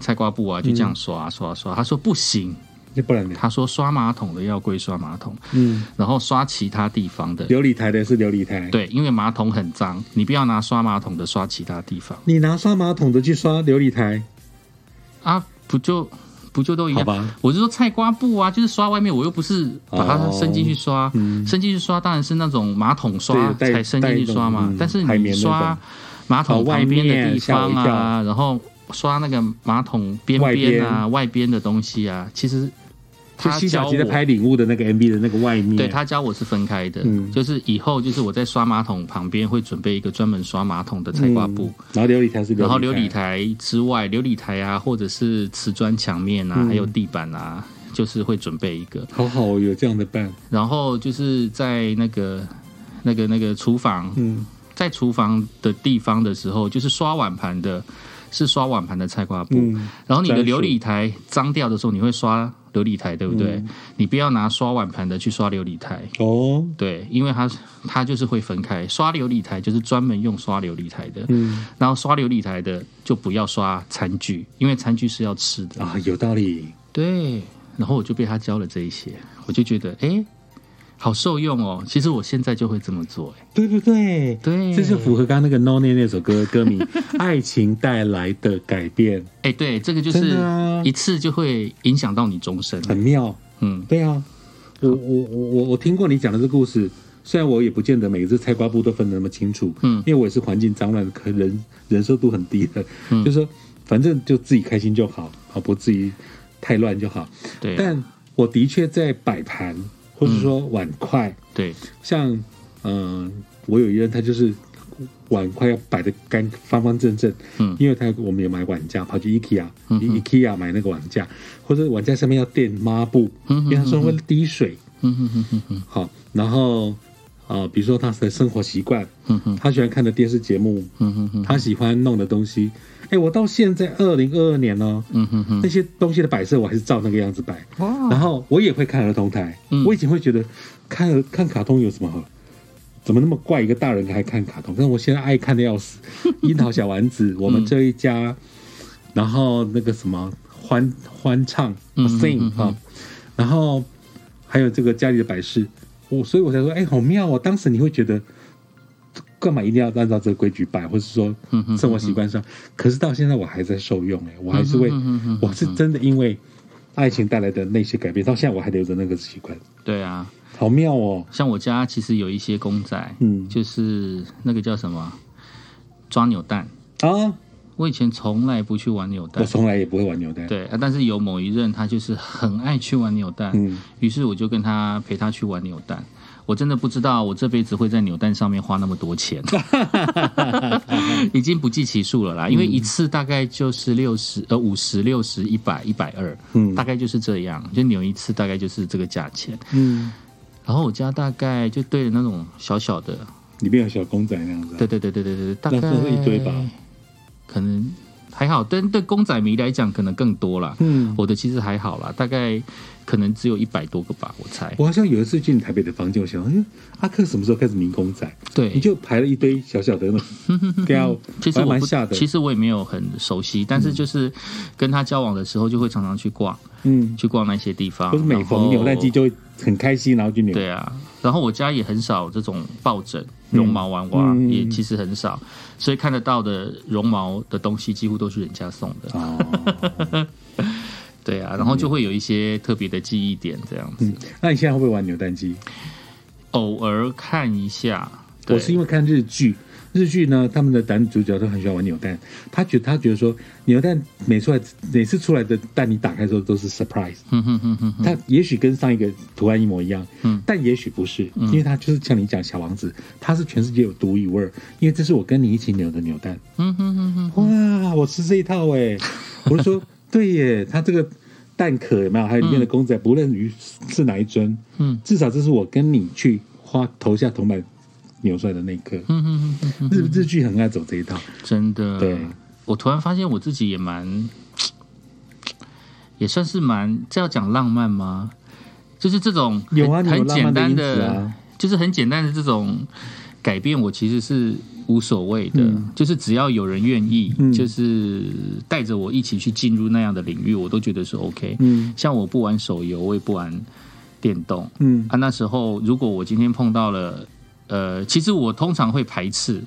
菜瓜布啊，就这样刷、刷刷。他说不行，
那不然呢？
他说刷马桶的要归刷马桶，
嗯，
然后刷其他地方的。
琉璃台的是琉璃台，，
对，因为马桶很脏，你不要拿刷马桶的刷其他地方
你拿刷马桶的去刷琉璃台，
啊，不就不就都一
好
样？
吧？
我是说菜瓜布啊，就是刷外面，我又不是把它
哦
伸进去刷，
嗯
伸进去刷当然是那种马桶刷
对带
才伸进去刷嘛。
带那种嗯
但是
海绵
你
那种
刷马
哦
桶
外
旁边的
面
地方
吓我一
啊，
跳
然后刷那个马桶边
外边
边啊、外边的东西啊，其实
就
他
辛
教
晓
我
琪在拍《领悟》的那个 MV 的那个外面，
对他教我是分开的，
嗯
就是以后就是我在刷马桶旁边会准备一个专门刷马桶的菜瓜布，
嗯，然后琉璃台是
然后琉璃，台之外，琉璃台啊，或者是瓷砖墙面
嗯
啊，还有地板啊，就是会准备一个。
好好哦有这样的伴，
然后就是在那个、那个、那个厨房，
嗯
在厨房的地方的时候，就是刷碗盘的，是刷碗盘的菜瓜布。
嗯，
然后你的
专属
琉璃台脏掉的时候，你会刷琉璃台，对不对？
嗯
你不要拿刷碗盘的去刷琉璃台，
哦，
对，因为它它就是会分开。刷琉璃台就是专门用刷琉璃台的，
嗯
然后刷琉璃台的就不要刷餐具，因为餐具是要吃的。
啊，有道理，
对，然后我就被他教了这一些，我就觉得诶，好受用哦。其实我现在就会这么做，诶
对不对？
对
这是符合刚刚那个 No n a 那首歌歌名 《爱情带来的改变》，
哎，对，这个就
真
是
的啊
一次就会影响到你终身。
很妙。
嗯，
对啊，我我我我我听过你讲的这故事，虽然我也不见得每一只菜瓜布都分得那么清楚，嗯，因为我也是环境脏乱，可人忍受度很低的，嗯、就是说反正就自己开心就好，啊，不至于太乱就好。
对啊
但我的确在摆盘或者说碗筷，
对，
像嗯、呃我有一任他就是碗筷要摆的干方方正正，
嗯
因为他我们也买碗架，跑去 IKEA，IKEA、IKEA 买那个碗架，或者碗架上面要垫抹布，
嗯哼
因为他说会滴水，
嗯哼哼哼哼，
好，然后啊、呃比如说他的生活习惯，
嗯哼，
他喜欢看的电视节目，
嗯哼哼，
他喜欢弄的东西，哎，我到现在二零二二年哦，
嗯哼哼，
那些东西的摆设我还是照那个样子摆，然
哇，
后我也会看儿童台，
哦嗯
我以前会觉得看看卡通有什么好，怎么那么怪一个大人还看卡通？但我现在爱看的要 死，《樱桃小丸
嗯
子》，我们这一家，然后那个什么欢欢唱、
嗯
sing
嗯嗯
啊，然后还有这个家里的摆饰，我所以我才说，哎，好妙哦！当时你会觉得。干嘛一定要按照这个规矩摆，或是说
嗯嗯
生活习惯上？可是到现在我还在受用、哎，我还是会
嗯嗯嗯嗯，
我是真的因为爱情带来的那些改变，到现在我还留着那个习惯，
对啊，
好妙哦！
像我家其实有一些公仔，
嗯
就是那个叫什么抓扭蛋，
啊，
我以前从来不去玩扭
我
蛋，
从来也不会玩扭蛋，
对、啊但是有某一任他就是很爱去玩扭蛋，
嗯
于是我就跟他陪他去玩扭蛋。我真的不知道我这辈子会在扭蛋上面花那么多钱， 已经不计其数
嗯
了啦。因为一次大概就是六十呃五十六十一百一百二，
嗯
大概就是这样，就扭一次大概就是这个价钱。
嗯，
然后我家大概就对着那种小小的，
里面有小公仔那样子啊，
对对对对对对，大概
那那是一堆吧，
可能还好，但对公仔迷来讲可能更多啦。
嗯，
我的其实还好啦，大概可能只有一百多个吧，我猜。
我好像有一次去你台北的房间，我想，嗯，阿克什么时候开始迷公仔？你
对，
就排了一堆小小的那 种，给我
其实
还
我
蛮
不
吓的，
其实我也没有很熟悉，但是就是跟他交往的时候，就会常常去逛，
嗯，
去逛那些地方。
不是每逢扭蛋机就会很开心，然后就扭，
哦对啊，然后我家也很少这种抱枕、绒毛玩娃，
嗯嗯嗯
也其实很少，所以看得到的绒毛的东西几乎都是人家送的。
哦，
对啊，然后就会有一些特别的记忆点这样子，
嗯，那你现在会不会玩扭蛋机？
偶尔看一下。对
我是因为看日剧，日剧呢，他们的男主角都很喜欢玩扭蛋，他觉他觉得说扭蛋每出来每次出来的蛋你打开之后都是 surprise，
哼哼哼哼哼
它也许跟上一个图案一模一样，
嗯
但也许不是，因为它就是像你讲小王子，它是全世界有独一无二，因为这是我跟你一起扭的扭蛋，
嗯哼哼哼，
哇，我吃这一套 哎、我就说对耶，它这个蛋壳有没有，还有里面的公仔，不论于是哪一尊，
嗯
至少这是我跟你去花投下铜板扭出来的那一刻，
嗯哼哼哼哼，哎
日日剧很爱走这一套，
真的。
对，
我突然发现我自己也蛮，也算是蛮，这要讲浪漫吗？就是这种很
有啊，你有
很
浪漫
简单
因子啊，
就是很简单的这种改变，我其实是无所谓的，
嗯
就是只要有人愿意，
嗯
就是带着我一起去进入那样的领域，我都觉得是 OK。
嗯
像我不玩手游，我也不玩电动
嗯
啊。那时候如果我今天碰到了，呃，其实我通常会排斥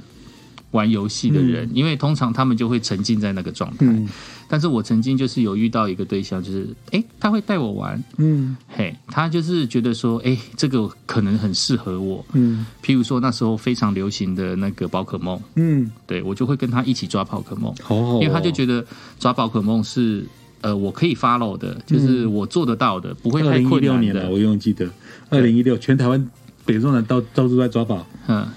玩游戏的人，因为通常他们就会沉浸在那个状态。
嗯
但是我曾经就是有遇到一个对象，就是诶，他会带我玩，
嗯
嘿，他就是觉得说，诶，这个可能很适合我。
嗯
譬如说那时候非常流行的那个宝可梦，
嗯，
对我就会跟他一起抓宝可梦，
好好哦，
因为他就觉得抓宝可梦是呃我可以 follow 的，就是我做得到的，不会
嗯二
太
零一
困
六
难
年了，
的。
我永远记得，二零一六全台湾北中南到到处都在抓宝，
嗯，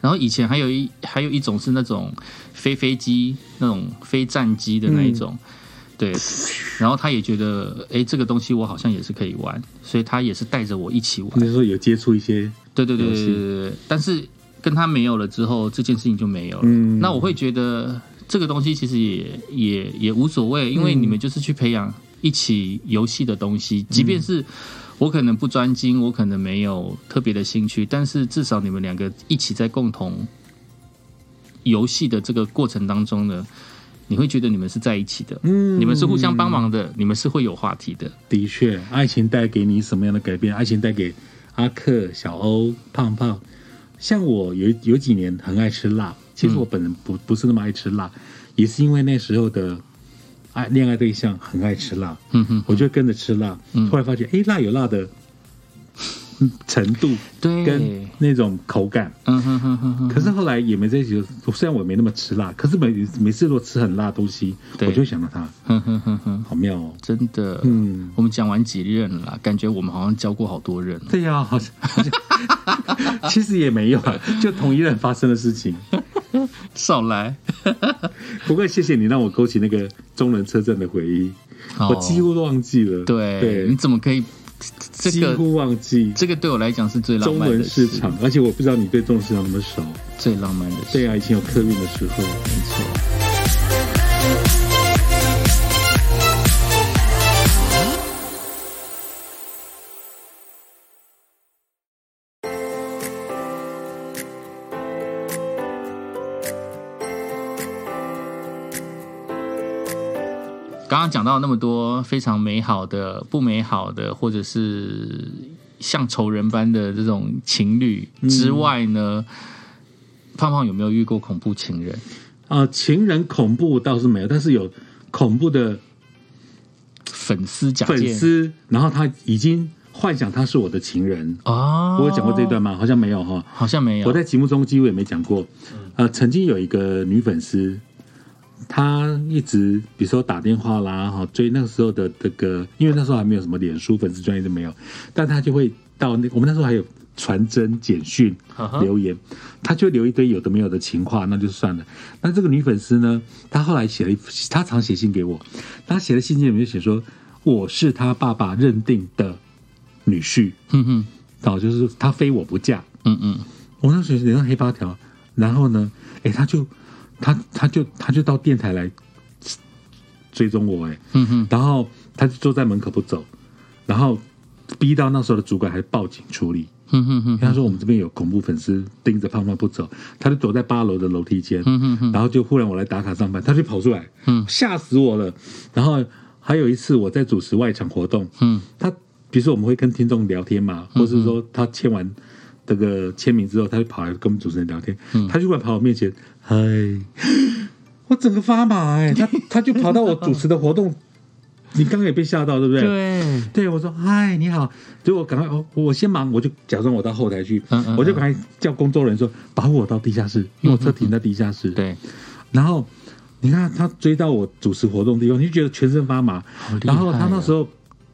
然后以前还有一还有一种是那种飞飞机那种飞战机的那一种。对，然后他也觉得，诶，这个东西我好像也是可以玩，所以他也是带着我一起玩。
那时候有接触一些，
对对对
游
对
戏
对对对，但是跟他没有了之后，这件事情就没有了。
嗯
那我会觉得这个东西其实也也也无所谓，因为你们就是去培养一起游戏的东西，即便是。我可能不专精，我可能没有特别的兴趣，但是至少你们两个一起在共同游戏的这个过程当中呢，你会觉得你们是在一起的，
嗯
你们是互相帮忙的，你们是会有话题的，
的确，爱情带给你什么样的改变？爱情带给阿克、小欧、胖胖，像我有有几年很爱吃辣，其实我本人不不是那么爱吃辣，也是因为那时候的爱恋爱对象很爱吃辣，
嗯哼，
我就跟着吃辣，突然发觉，哎，辣有辣的程度
对，
跟那种口感。
嗯哼哼哼哼，
可是后来也没在一起，虽然我也没那么吃辣，可是每每次如果吃很辣的东西，我
对
就会想到它，
哼哼哼哼，
好妙哦。
真的，
嗯，
我们讲完几任了啦，感觉我们好像教过好多人哦。
对呀、好像好像 其实也没有啊，就同一任发生的事情。
少来，
不过谢谢你让我勾起那个中仑车站的回忆， 我几乎都忘记了。
哦对，你
对，
怎么可以？这
几
个
乎忘记
这个对我来讲是最浪
中
漫
仑
的
市
事，
场，而且我不知道你对中仑市场那么熟。
最浪漫的事，
对啊，以前有客运的时候。
没错。刚刚讲到那么多非常美好的、不美好的，或者是像仇人般的这种情侣
嗯
之外呢，胖胖有没有遇过恐怖情人？
啊、情人恐怖倒是没有，但是有恐怖的
粉丝假
粉
借
丝，然后他已经幻想他是我的情人。
啊，
我有讲过这一，段吗？好像没有哈。
好像没有。
我在节目中几乎也没讲过。
嗯
呃，曾经有一个女粉丝，她一直比如说打电话啦，哈，追那个时候的这个，因为那时候还没有什么脸书粉丝专业都没有，但她就会到那我们那时候还有传真、简讯
嗯哼
留言，她就留一堆有的没有的情话，那就算了。那这个女粉丝呢，她后来写了一，她常写信给我，她写的信件里面就写说我是她爸爸认定的女婿，
哼哼，
哦，就是她非我不嫁。
嗯嗯，
我那时候脸上黑八条，然后呢，哎、他就他他就他就到电台来追踪我、诶
嗯哼，
然后他就坐在门口不走，然后逼到那时候的主管还报警处理，
哼嗯哼哼，
因为他说我们这边有恐怖粉丝盯着胖胖不走，他就躲在八楼的楼梯间，
嗯哼哼，
然后就忽然我来打卡上班，他就跑出来，
嗯
吓死我了。然后还有一次我在主持外场活动，
嗯
他比如说我们会跟听众聊天嘛，或是说他签完这个签名之后，他就跑来跟我们主持人聊天，
嗯
他就会跑我面前，嗨，我整个发麻哎、他他就跑到我主持的活动，你刚刚也被吓到对不对？
对，
对，我说嗨，你好，结果赶快哦，我先忙，我就假装我到后台去，
嗯嗯
我就赶快叫工作人员说把我到地下室，因为我车停在地下室，
对，
然后你看他追到我主持活动的地方，你就觉得全身发麻。
厉害
然
哦
后他那时候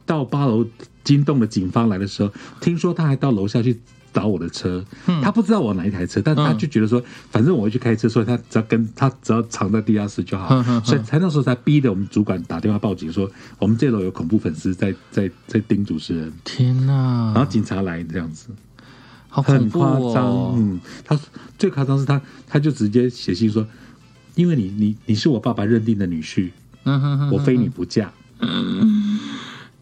到八楼惊动了警方来的时候，听说他还到楼下去。找我的车，他不知道我哪一台车，但是他
嗯
就觉得说，反正我会去开车，所以他只要跟他只要藏在地下室就好
嗯嗯，嗯
所以才那时候才逼得我们主管打电话报警说，我们这楼有恐怖粉丝在在在盯主持人，
天哪，
然后警察来这样子，
好恐
很
怖
夸张。
哦，
嗯，他最夸张是他，他就直接写信说，因为你你你是我爸爸认定的女婿，
嗯哼哼，
我非你不嫁。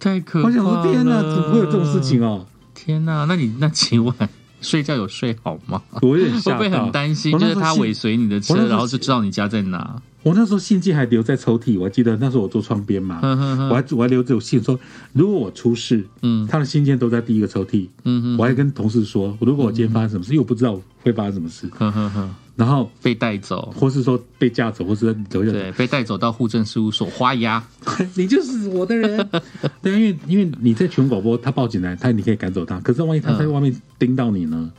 太可怕
我
了！
想说，天哪，怎么会有这种事情？哦？
天哪，那你那请问睡觉有睡好吗？
我有点
会
吓
不会
到，
很担心？
我
就
那时
是
候
他
信
尾。随你的
我那时
车，
候
然后就是知道你家在哪。
我那时候信件还留在抽屉，我还记得那时候我坐窗边嘛，
嗯哼哼
我还我还留着有信说，如果我出事，
嗯
他的信件都在第一个抽�屉。
嗯哼，
我还跟同事说，如果我今天发生什么事，因为我不知道会发生什么事，
哼哼哼，
然后
被带走，
或是说被架走，或是留下
对，被带走到户政事务所花押。
你就是我的人。 对，因为因为你在全广播，他报警来，他你可以赶走他。可是万一
嗯
他在外面盯到你呢？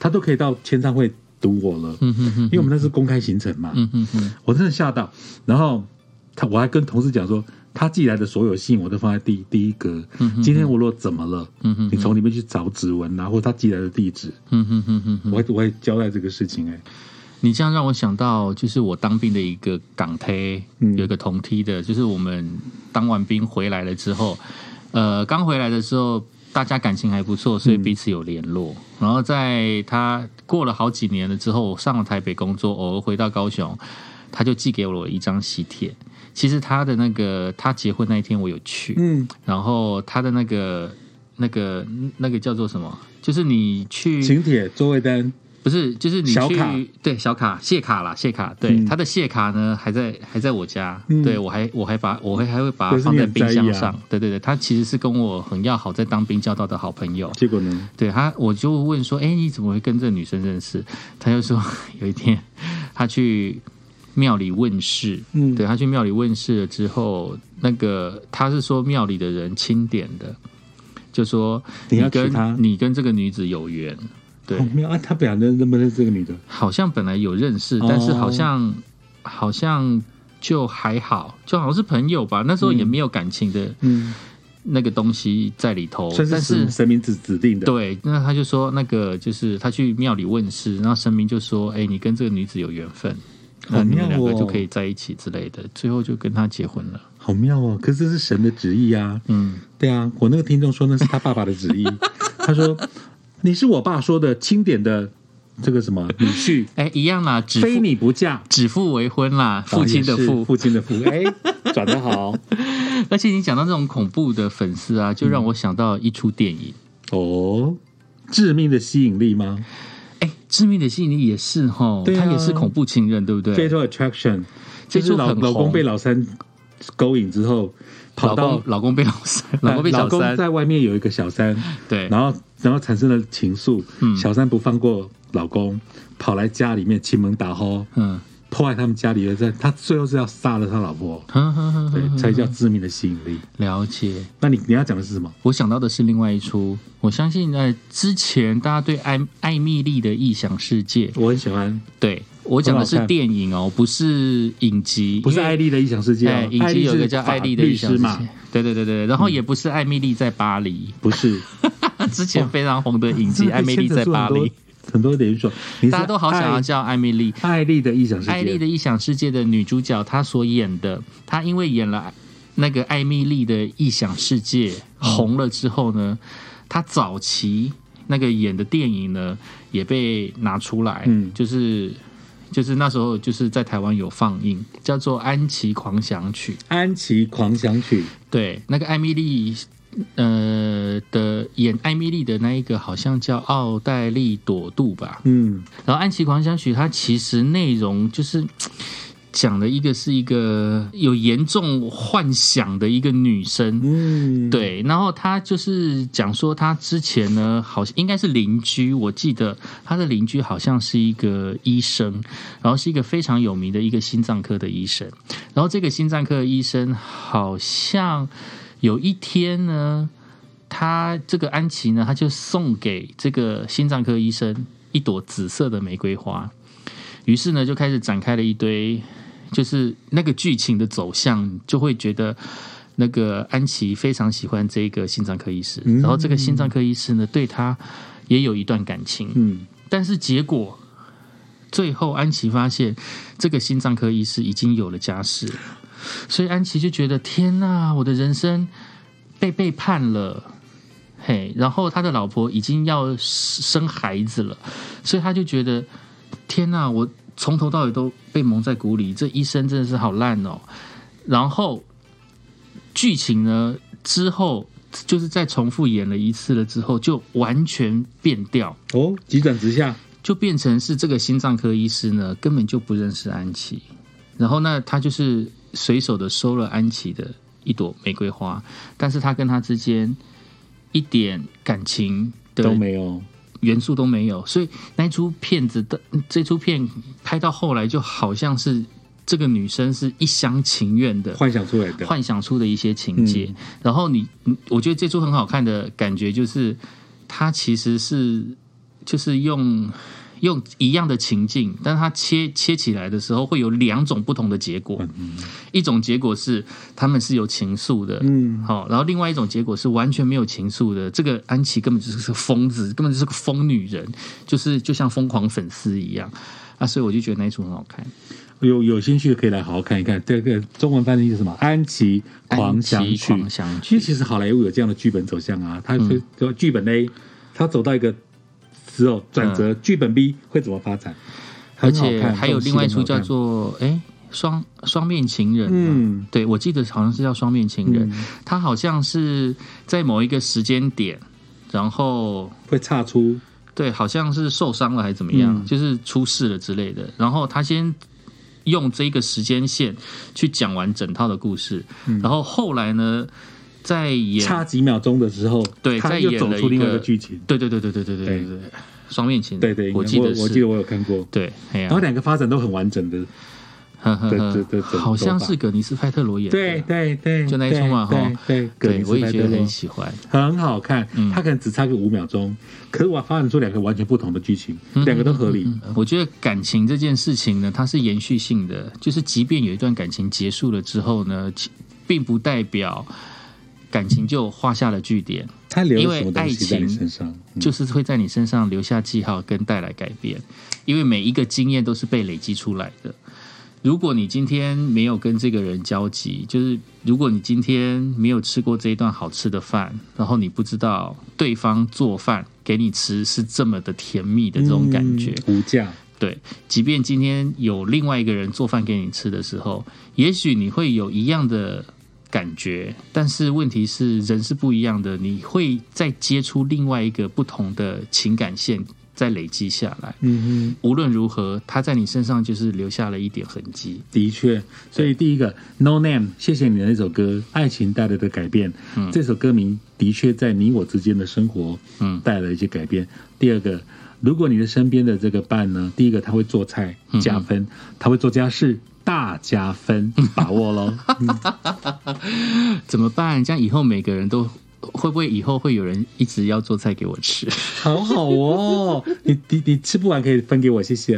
他都可以到签唱会堵我了。
嗯哼哼
因，为我们那是公开行程嘛。
嗯哼哼，
我真的吓到。然后他我还跟同事讲说，他寄来的所有信我都放在第第一格。今天我若怎么了，
嗯哼
你从里面去找指纹啊，或者他寄来的地址，
嗯哼哼哼哼，
我还我还交代这个事情哎、
你这样让我想到，就是我当兵的一个港梯，
嗯
有一个同梯的，就是我们当完兵回来了之后，呃，刚回来的时候大家感情还不
嗯
错，所以彼此有联络。然后在他过了好几年了之后，我上了台北工作，偶尔回到高雄，他就寄给我一张喜帖。其实他的那个他结婚那一天我有去，
嗯，
然后他的那个那个那个叫做什么？就是你去
请帖座位单，
不是，就是你去
小卡
对小卡谢卡啦，谢卡对、他的谢卡呢，还在还在我家，
嗯
对我还我还把我还还会把它
可是
放
你
在
很
冰
在意
箱
啊
上，对对对，他其实是跟我很要好，在当兵交到的好朋友，
结果呢？
对他我就问说，哎，你怎么会跟这个女生认识？他就说 有一天他去庙里问事，
嗯
对他去庙里问事了之后，那个他是说庙里的人清点的，就说
你要娶
跟
她
你跟这个女子有缘，对，
哦没有啊，他本来认认不认识这个女的？
好像本来有认识，
哦
但是好像、好像就还好，就好像是朋友吧。那时候也没有感情的
嗯，
那个东西在里头，
算
哦但
嗯是
是
神神明指指定的。
对，那他就说那个就是他去庙里问事，然后神明就说：“哎、你跟这个女子有缘分，那
好
你
妙
们两个
哦
就可以在一起之类的。”最后就跟他结婚了。
好妙哦！可是这是神的旨意啊。
嗯，
对啊，我那个听众说那是他爸爸的旨 意，他说你是我爸说的钦点的这个什么女 婿，
哎、一样啦，指
非
腹
你不嫁。
指腹为婚啦，父亲的
哦也是
父。
父亲的父，哎，转得好
而且你讲到这种恐怖的粉丝啊，就让我想到一出电影。
哦！致命的吸引力吗
哎，致命的吸引力也是哈，
对啊
他也是恐怖情人，对不对？
？Fatal Attraction，
这
就是
出
老
很
老公
红
被老三勾引之后，跑
老
到哎
公老公被老 三，老公被
老
小
公
三，
在外面有一个小三，
对，
然后然后产生了情愫，
嗯
小三不放过老公，跑来家里面亲门打吼，
嗯，
破坏他们家里的在，他最后是要杀了他老婆，
哼哼哼
对，
哼
才叫致命的吸引力。
了解。
那你你要讲的是什么？
我想到的是另外一出，我相信呃，之前大家对艾艾米丽的异想世界，
我很喜欢，
对我讲的
很
是
好看
电影哦，不是影集，
不是
因为
艾丽的异想世界
哎
哦，
影
艾
集
丽
有
是
个叫
法
艾丽的
律
异想
师
世
嘛嗯
界，，对对对对，然后也不是艾米丽在巴黎，
不是
之前非常红的影集 《
这
艾米丽在巴黎》，
很多连锁，你是
大家都好想要
艾
叫艾米丽，
艾丽的异想世界，
艾丽的异想世界的女主角，她所演的，她因为演了那个艾米丽的异想世界
嗯
红了之后呢，她早期那个演的电影呢也被拿出来，
嗯
就是就是那时候就是在台湾有放映，叫做《安琪狂想曲》。
安琪狂想曲，
对，那个艾米丽，呃的演艾米丽的那一个好像叫奥黛丽朵杜吧，
嗯，
然后《安琪狂想曲》它其实内容就是讲的一个是一个有严重幻想的一个女生。
嗯，
对，然后她就是讲说，她之前呢，好像应该是邻居，我记得她的邻居好像是一个医生，然后是一个非常有名的一个心脏科的医生，然后这个心脏科的医生好像有一天呢，他这个安琪呢，他就送给这个心脏科医生一朵紫色的玫瑰花，于是呢，就开始展开了一堆，就是那个剧情的走向，就会觉得。那个安琪非常喜欢这个心脏科医师，然后这个心脏科医师呢，对他也有一段感情，
嗯，
但是结果最后安琪发现，这个心脏科医师已经有了家室了，所以安琪就觉得天呐，我的人生被背叛了。嘿，然后他的老婆已经要生孩子了，所以他就觉得天呐，我从头到尾都被蒙在鼓里，这医生真的是好烂哦。然后剧情呢之后就是再重复演了一次了之后，就完全变调。
哦，急转直下，
就变成是这个心脏科医师呢，根本就不认识安琪。然后呢，他就是随手的收了安琪的一朵玫瑰花，但是他跟他之间一点感情
都
的
没有，
元素都没有，所以那一出片子的这出片拍到后来，就好像是这个女生是一厢情愿的，
幻想出来的，
幻想出的一些情节。然后你，你我觉得这出很好看的感觉就是，它其实是就是用用一样的情境，但它切切起来的时候会有两种不同的结果。一种结果是他们是有情愫的，
嗯，
好，然后另外一种结果是完全没有情愫的。这个安琪根本就是个疯子，根本就是个疯女人，就是就像疯狂粉丝一样。啊，所以我就觉得那一出很好看，
有有兴趣可以来好好看一看。这个中文翻译是什么？安琪狂想
安琪
曲
狂。想曲嗯
因为其实好莱坞有这样的剧本走向啊，它就就剧本 A，它走到一个时候转折，剧本 B 会怎么发展？
嗯而
很好
且
看
还有另外一出叫……
这种戏
做哎双双面情人，
都很好看嗯，
对我记得好像是叫双面情人，他好像是在某一个时间点，然后
会岔出
对好像是受伤了还是怎么样，
嗯
就是出事了之类的，然后他先。用这个时间线去讲完整套的故事，然后后来呢，再演
差几秒钟的时候，
对
它
再
又
演
走
了
出
一
另外一个
个
剧情。
对对对对对对对对对，双面情人，
对对，
我
应该
记
我
得是，啊
我记得我有看过，
对，哎呀
然后两个发展都很完整的，
呵 呵
对
呵，
对 对对
好像是葛尼斯派特罗演的，
对对对，
就那一出嘛
对
哈
对，对葛尼
对，
斯
我也
派
觉得
特
很
洛
喜欢。
很好看
嗯，
它可能只差个五秒钟，可是我发展出两个完全不同的剧情，两个都合理。
嗯我觉得感情这件事情呢，它是延续性的，就是即便有一段感情结束了之后呢，其并不代表感情就画下了句点，
它留
因
了
为
什么东西在
爱
你
情
身上？嗯
就是会在你身上留下记号跟带来改变，因为每一个经验都是被累积出来的。如果你今天没有跟这个人交集，就是如果你今天没有吃过这一顿好吃的饭，然后你不知道对方做饭给你吃是这么的甜蜜的这种感觉，
嗯无价。
对，即便今天有另外一个人做饭给你吃的时候，也许你会有一样的感觉，但是问题是人是不一样的，你会再接触另外一个不同的情感线，再累积下来。
嗯哼，
无论如何，他在你身上就是留下了一点痕迹。
的确。所以第一个《No Name》，谢谢你的那首歌《爱情带来的改变》，这首歌名的确在你我之间的生活，
嗯
带来一些改变。第二个，如果你的身边的这个伴呢，第一个他会做菜加分，他会做家事大加分，把握喽。
怎么办？这样以后每个人都会不会以后会有人一直要做菜给我吃？
好好哦，你你你吃不完可以分给我，谢谢。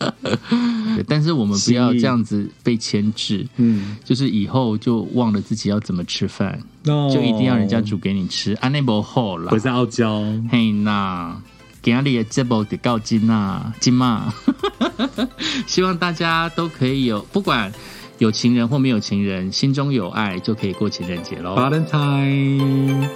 对但是我们不
心
要
意
这样子被牵制，
嗯，
就是以后就忘了自己要怎么吃饭。
那
就一定要人家，煮给你吃，安内无好啦
我。哦是傲娇。
嘿呐，今日的节目就到今啦，今嘛， 希望大家都可以有，不管有情人或没有情人，心中有爱就可以过情人节喽。
Valentine，